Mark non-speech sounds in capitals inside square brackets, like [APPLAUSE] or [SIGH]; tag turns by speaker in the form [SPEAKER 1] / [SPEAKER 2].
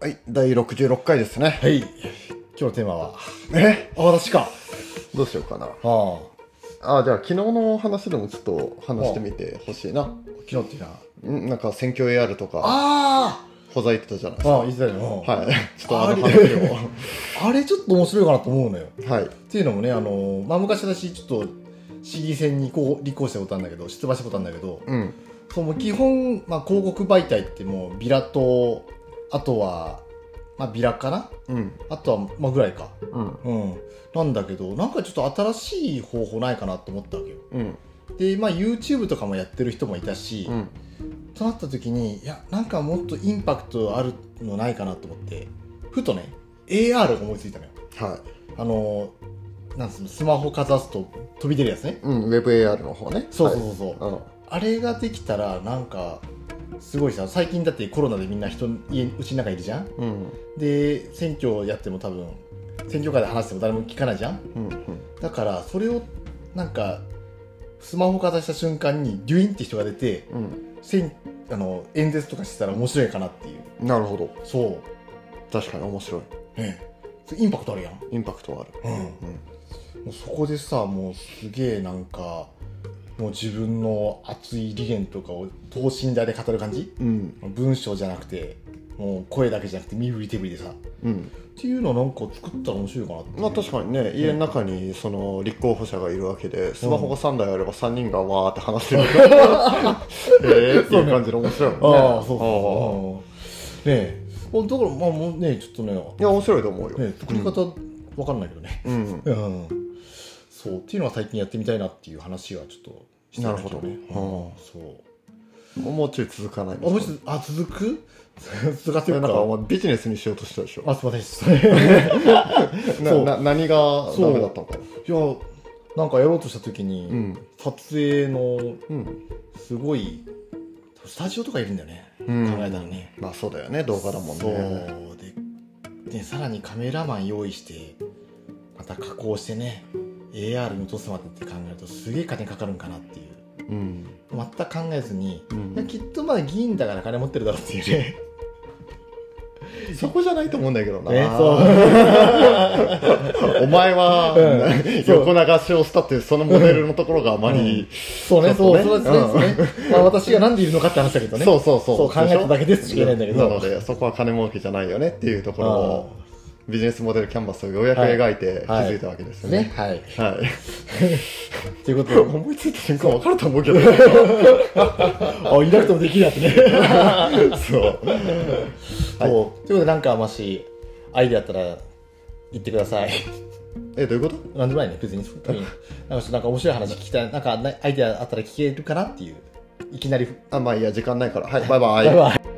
[SPEAKER 1] はい、第66回ですね。
[SPEAKER 2] はい。今日のテーマは、
[SPEAKER 1] え
[SPEAKER 2] あ、私か。
[SPEAKER 1] どうしようかな。
[SPEAKER 2] ああ、
[SPEAKER 1] あじゃあ、昨日の話でもちょっと話してみてほしいな。
[SPEAKER 2] 昨日っていうのは。
[SPEAKER 1] んなんか、選挙 AR とか、
[SPEAKER 2] あ
[SPEAKER 1] ほざいてたじゃないです
[SPEAKER 2] あ
[SPEAKER 1] か。
[SPEAKER 2] ああ、言ってたよ。
[SPEAKER 1] はい。
[SPEAKER 2] [LAUGHS]
[SPEAKER 1] ちょっとあの
[SPEAKER 2] あ
[SPEAKER 1] 話
[SPEAKER 2] れ
[SPEAKER 1] を。
[SPEAKER 2] あれちょっと面白いかなと思うのよ。
[SPEAKER 1] [LAUGHS] はい。
[SPEAKER 2] っていうのもね、あの、まあ、昔私、ちょっと、市議選にこう立候補したことあるんだけど、出馬したことあるんだけど、
[SPEAKER 1] うん。
[SPEAKER 2] そうもう基本、まあ、広告媒体ってもうビラと、あとは、まあ、ビラかな
[SPEAKER 1] うん。
[SPEAKER 2] あとは、まあ、ぐらいか。
[SPEAKER 1] うん。
[SPEAKER 2] うん。なんだけど、なんかちょっと新しい方法ないかなと思ったわけよ。
[SPEAKER 1] うん。
[SPEAKER 2] で、まあ、YouTube とかもやってる人もいたし、
[SPEAKER 1] うん。
[SPEAKER 2] となった時にいやなんかもっとインパクトあるのないかなと思ってふとね AR が思いついたのよ
[SPEAKER 1] はい。
[SPEAKER 2] あのなんつうのスマホかざすと飛び出るやつね
[SPEAKER 1] うん。WebAR の方ね。
[SPEAKER 2] そうそうそうそう、
[SPEAKER 1] はい。
[SPEAKER 2] あれができたらなんかすごいさ最近だってコロナでみんな人家うちの中いるじゃん
[SPEAKER 1] うん。
[SPEAKER 2] で選挙やっても多分選挙会で話しても誰も聞かないじゃん
[SPEAKER 1] うん。
[SPEAKER 2] だからそれをなんかスマホかざした瞬間にデュインって人が出て
[SPEAKER 1] うん。うん。
[SPEAKER 2] 選あの演説とかしてたら面白いかなっていう
[SPEAKER 1] なるほど。
[SPEAKER 2] そう
[SPEAKER 1] 確かに面白い。
[SPEAKER 2] ええ、インパクトあるやん、
[SPEAKER 1] インパクトはある。
[SPEAKER 2] もうそこでさもうすげえなんかもう自分の熱い理念とかを等身大で語る感じ
[SPEAKER 1] うん。
[SPEAKER 2] 文章じゃなくてもう声だけじゃなくて身振り手振りでさっ
[SPEAKER 1] うん。
[SPEAKER 2] ていうのなんか作ったら面白いかなっていう
[SPEAKER 1] まあ確かにね、家の中にその立候補者がいるわけで、スマホが3台あれば3人がわーって話してる。 [LAUGHS] え
[SPEAKER 2] [LAUGHS]
[SPEAKER 1] ーっていう感じの面白いもんね。
[SPEAKER 2] ああそうそうそうねえもうだからまあもうねちょっとね
[SPEAKER 1] ああいや、面白いと思うよ。
[SPEAKER 2] ね作り方わかんないけどね
[SPEAKER 1] うん。
[SPEAKER 2] うん、そうっていうのは最近やってみたいなっていう話はちょっとしてんだけね
[SPEAKER 1] なるほ
[SPEAKER 2] うんそう
[SPEAKER 1] もうちょい続かないんで
[SPEAKER 2] あ、
[SPEAKER 1] す
[SPEAKER 2] も
[SPEAKER 1] か
[SPEAKER 2] うちょっとあ、続く [LAUGHS] 続かせ
[SPEAKER 1] それ
[SPEAKER 2] る
[SPEAKER 1] な
[SPEAKER 2] か
[SPEAKER 1] ん。かお前ビジネスにしようとしたでしょ。
[SPEAKER 2] あ、すいませんでした。
[SPEAKER 1] な
[SPEAKER 2] そう
[SPEAKER 1] な何がダメだったのか。
[SPEAKER 2] いや、なんかやろうとした時に、
[SPEAKER 1] うん。
[SPEAKER 2] 撮影の
[SPEAKER 1] うん。
[SPEAKER 2] すごい、スタジオとかいるんだよね。
[SPEAKER 1] うん
[SPEAKER 2] 考えたらね。
[SPEAKER 1] まあそうだよね、動画だもんね。
[SPEAKER 2] そうで、で、さらにカメラマン用意して、また加工してね、AR に落とすまでって考えると、すげえ金かかるんかなっていう。
[SPEAKER 1] うん。
[SPEAKER 2] 全く考えずに、
[SPEAKER 1] うん
[SPEAKER 2] いやきっとまあ議員だから金持ってるだろうっていうね。
[SPEAKER 1] そこじゃないと思うんだけどな。
[SPEAKER 2] [LAUGHS] ね、そ
[SPEAKER 1] [LAUGHS]
[SPEAKER 2] う。
[SPEAKER 1] お前は、 [LAUGHS]
[SPEAKER 2] うんそう
[SPEAKER 1] 横流しをしたっていうそのモデルのところがあまり、
[SPEAKER 2] そうね、
[SPEAKER 1] ちょ
[SPEAKER 2] そう、
[SPEAKER 1] っ
[SPEAKER 2] そ
[SPEAKER 1] と
[SPEAKER 2] う
[SPEAKER 1] ね
[SPEAKER 2] ですね。まあ私がなんでいるのかって話だけどね。
[SPEAKER 1] そうそうそう
[SPEAKER 2] そう考えただけですしか言えないんだけど
[SPEAKER 1] なのでそこは金儲けじゃないよねっていうところを
[SPEAKER 2] あ
[SPEAKER 1] ビジネスモデルキャンバスをようやく描いて気
[SPEAKER 2] はい
[SPEAKER 1] づいたわけです
[SPEAKER 2] ー
[SPEAKER 1] よ
[SPEAKER 2] ね
[SPEAKER 1] ね。。
[SPEAKER 2] はい。
[SPEAKER 1] はい、 [LAUGHS]
[SPEAKER 2] ということで、
[SPEAKER 1] 思いついた瞬間分かると思うけど
[SPEAKER 2] あ、いなくてもできる
[SPEAKER 1] [LAUGHS]
[SPEAKER 2] やつね。
[SPEAKER 1] そう
[SPEAKER 2] そう。ということで、なんかもし、アイディアあったら、言ってください。
[SPEAKER 1] えどういうこと
[SPEAKER 2] なんでもないね、
[SPEAKER 1] [LAUGHS]
[SPEAKER 2] 別に。特になんか、なんか面白い話聞きたい。なんか、アイディアあったら聞けるかなっていう。いきなり。
[SPEAKER 1] あまあいいや時間ないからはいバイバイ
[SPEAKER 2] バイバイ。